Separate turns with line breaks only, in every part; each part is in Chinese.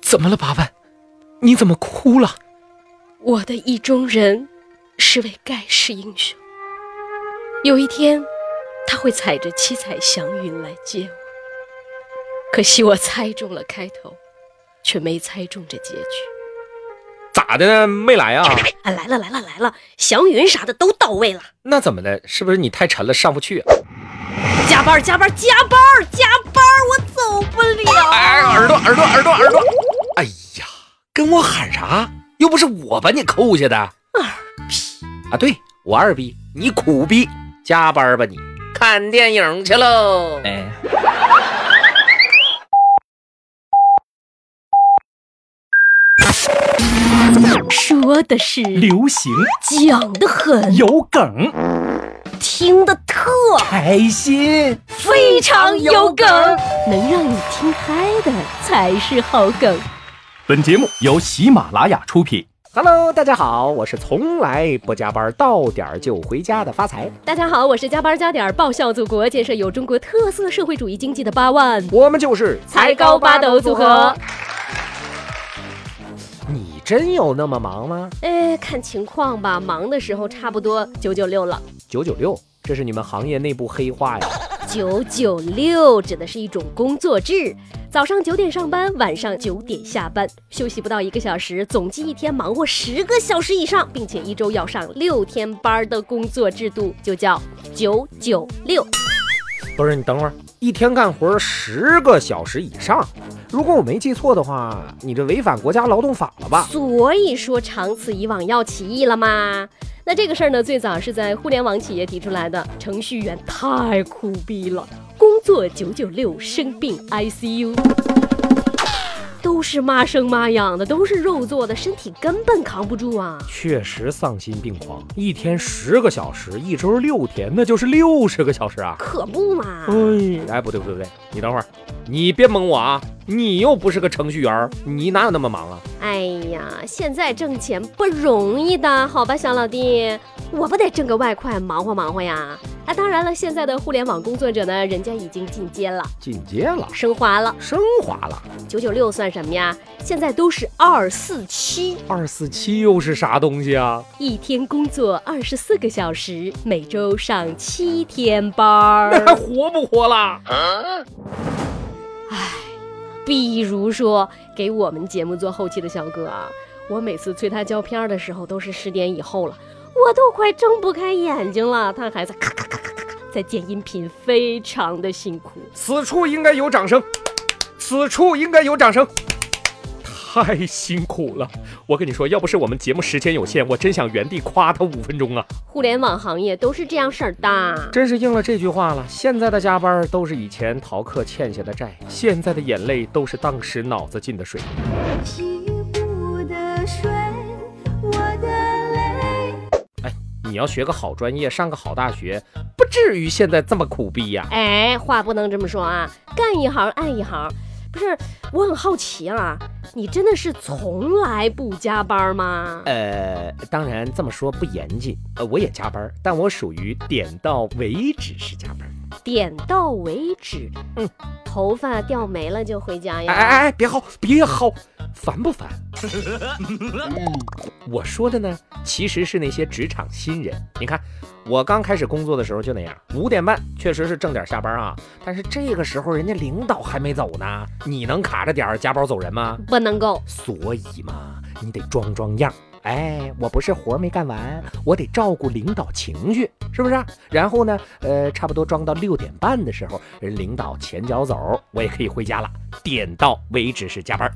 怎么了，八万？你怎么哭了？
我的意中人是位盖世英雄，有一天他会踩着七彩祥云来接我。可惜我猜中了开头，却没猜中这结局。
咋的呢？没来啊？
啊，来了来了来了，祥云啥的都到位了，
那怎么的？是不是你太沉了，上不去啊？
加班加班加班加班，我走不了。
哎，耳朵，耳朵，耳朵，耳朵！哎呀，跟我喊啥？又不是我把你扣下的。二逼啊，对我二逼，你苦逼，加班吧你。看电影去喽。
哎，
说的是，
流行
讲的很，
有梗，
听的特
开心。
非常有梗，能让你听嗨的才是好梗。
本节目由喜马拉雅出品。
Hello，大家好，我是从来不加班，到点儿就回家的发财。
大家好，我是加班加点儿报效祖国、建设有中国特色社会主义经济的八万。
我们就是
才高八斗组合。
你真有那么忙吗？
哎，看情况吧，忙的时候差不多九九六了。
九九六，这是你们行业内部黑话呀。
九九六指的是一种工作制，早上九点上班，晚上九点下班，休息不到一个小时，总计一天忙活十个小时以上，并且一周要上六天班儿的工作制度就叫九九六。
不是，你等会儿，一天干活十个小时以上，如果我没记错的话，你这违反国家劳动法了吧？
所以说，长此以往要起义了吗？那这个事儿呢，最早是在互联网企业提出来的。程序员太苦逼了，工作九九六，生病 ICU，都是妈生妈养的，都是肉做的，身体根本扛不住啊！
确实丧心病狂，一天十个小时，一周六天，那就是六十个小时啊！
可不嘛
哎，，哎，不对不对不对，你等会儿，你别蒙我啊！你又不是个程序员儿，你哪有那么忙啊？
哎呀，现在挣钱不容易的，好吧，小老弟，我不得挣个外快忙活忙活呀！啊，当然了，现在的互联网工作者呢，人家已经进阶了，
进阶了，
升华了。
升华了。
九九六算什么呀？现在都是二四七，
二四七又是啥东西啊？
一天工作二十四个小时，每周上七天班儿。
还 活不活啦？
比如说，给我们节目做后期的小哥啊，我每次催他交片儿的时候都是十点以后了，我都快睁不开眼睛了，他还在咔咔咔咔咔咔在剪音频，非常的辛苦。
此处应该有掌声，此处应该有掌声。太辛苦了，我跟你说，要不是我们节目时间有限，我真想原地夸他五分钟啊！
互联网行业都是这样事儿的。
真是应了这句话了，现在的加班都是以前逃课欠下的债，现在的眼泪都是当时脑子进的水。
洗不得水，我的泪。
你要学个好专业，上个好大学，不至于现在这么苦逼呀、
哎，话不能这么说啊，干一行爱一行。不是，我很好奇啊，你真的是从来不加班吗？
呃，当然这么说不严谨，呃，我也加班，但我属于点到为止式加班。
点到为止。
嗯，
头发掉没了就回家呀。
哎哎哎，别薅，别薅，烦不烦？我说的呢，其实是那些职场新人。你看，我刚开始工作的时候就那样，五点半确实是正点下班啊，但是这个时候人家领导还没走呢，你能卡着点儿加班走人吗？
不能够，
所以嘛，你得装装样。哎，我不是活儿没干完，我得照顾领导情绪，是不是、啊？然后呢，呃，差不多装到六点半的时候，人领导前脚走，我也可以回家了，点到为止是加班。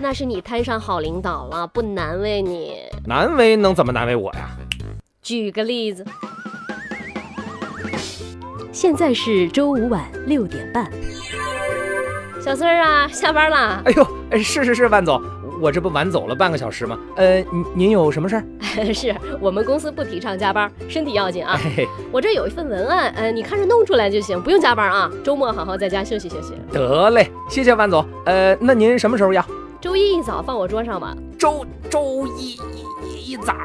那是你摊上好领导了，不难为你。
难为能怎么难为我呀？
举个例子，现在是周五晚六点半，小四儿啊，下班啦。
哎呦，哎，是是是，万总，我这不晚走了半个小时吗？呃，您您有什么事儿？
是我们公司不提倡加班，身体要紧啊。
哎，
我这有一份文案，呃，你看着弄出来就行，不用加班啊。周末好好在家休息休息。
得嘞，谢谢万总。呃，那您什么时候要？
周一一早放我桌上吧。
周周一一一早。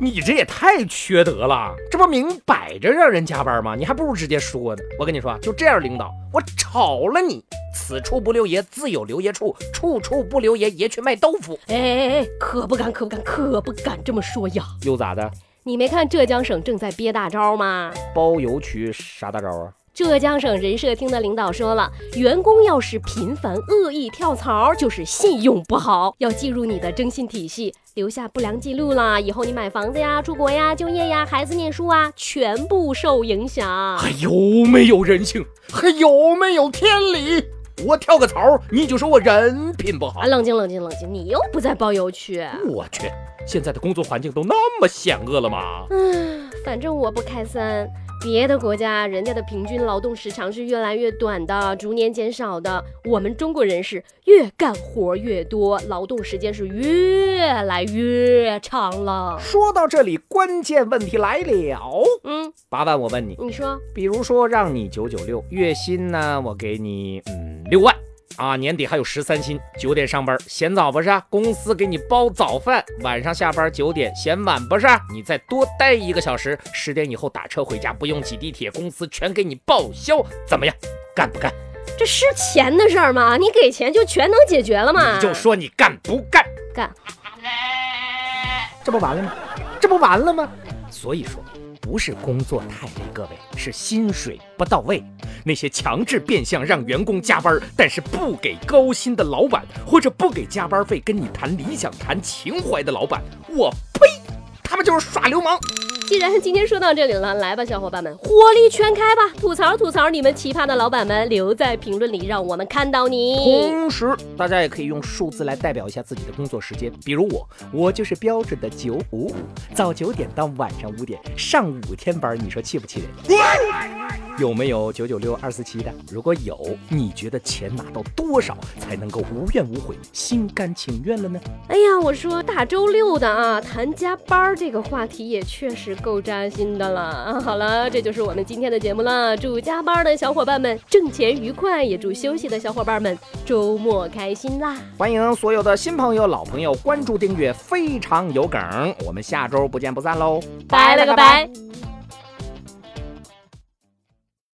你这也太缺德了！这不明摆着让人加班吗？你还不如直接说呢。我跟你说啊，就这样，领导，我炒了你！此处不留爷，自有留爷处；处处不留爷，爷去卖豆腐。
哎哎哎，可不敢，可不敢，可不敢这么说呀！
又咋的？
你没看浙江省正在憋大招吗？
包邮区啥大招啊？
浙江省人社厅的领导说了，员工要是频繁恶意跳槽，就是信用不好，要计入你的征信体系，留下不良记录啦。以后你买房子呀、出国呀、就业呀、孩子念书啊，全部受影响。
还有哎没有人性？还有没有天理？我跳个槽，你就说我人品不好
啊，？冷静，冷静，冷静！你又不在包邮区，
我啊去，现在的工作环境都那么险恶了吗？
嗯， 反正我不开森。别的国家人家的平均劳动时长是越来越短的，逐年减少的。我们中国人是越干活越多，劳动时间是越来越长 了。
说到这里，关键问题来了。
嗯，
八万，我问你，
你说
比如说让你九九六，月薪呢，我给你嗯六万啊，年底还有十三薪，九点上班，嫌早不是？公司给你包早饭，晚上下班九点，嫌晚不是？你再多待一个小时，十点以后打车回家，不用挤地铁，公司全给你报销，怎么样？干不干？
这是钱的事儿吗？你给钱就全能解决了吗？
你就说你干不干？
干，
这不完了吗？这不完了吗？所以说，不是工作太累，各位是薪水不到位。那些强制变相让员工加班，但是不给高薪的老板，或者不给加班费跟你谈理想、谈情怀的老板，我呸！他们就是耍流氓。
既然今天说到这里了，来吧，小伙伴们，火力全开吧！吐槽吐槽你们奇葩的老板们，留在评论里，让我们看到你。
同时，大家也可以用数字来代表一下自己的工作时间。比如我，我就是标准的九五五，早九点到晚上五点，上五天班，你说气不气人？有没有九九六二四七的？如果有，你觉得钱拿到多少才能够无怨无悔、心甘情愿了呢？
哎呀，我说大周六的啊，谈加班儿这个话题也确实够扎心的了啊。好了，这就是我们今天的节目了。祝加班的小伙伴们挣钱愉快，也祝休息的小伙伴们周末开心啦！
欢迎所有的新朋友、老朋友关注、订阅，非常有梗。我们下周不见不散喽！
拜了个拜。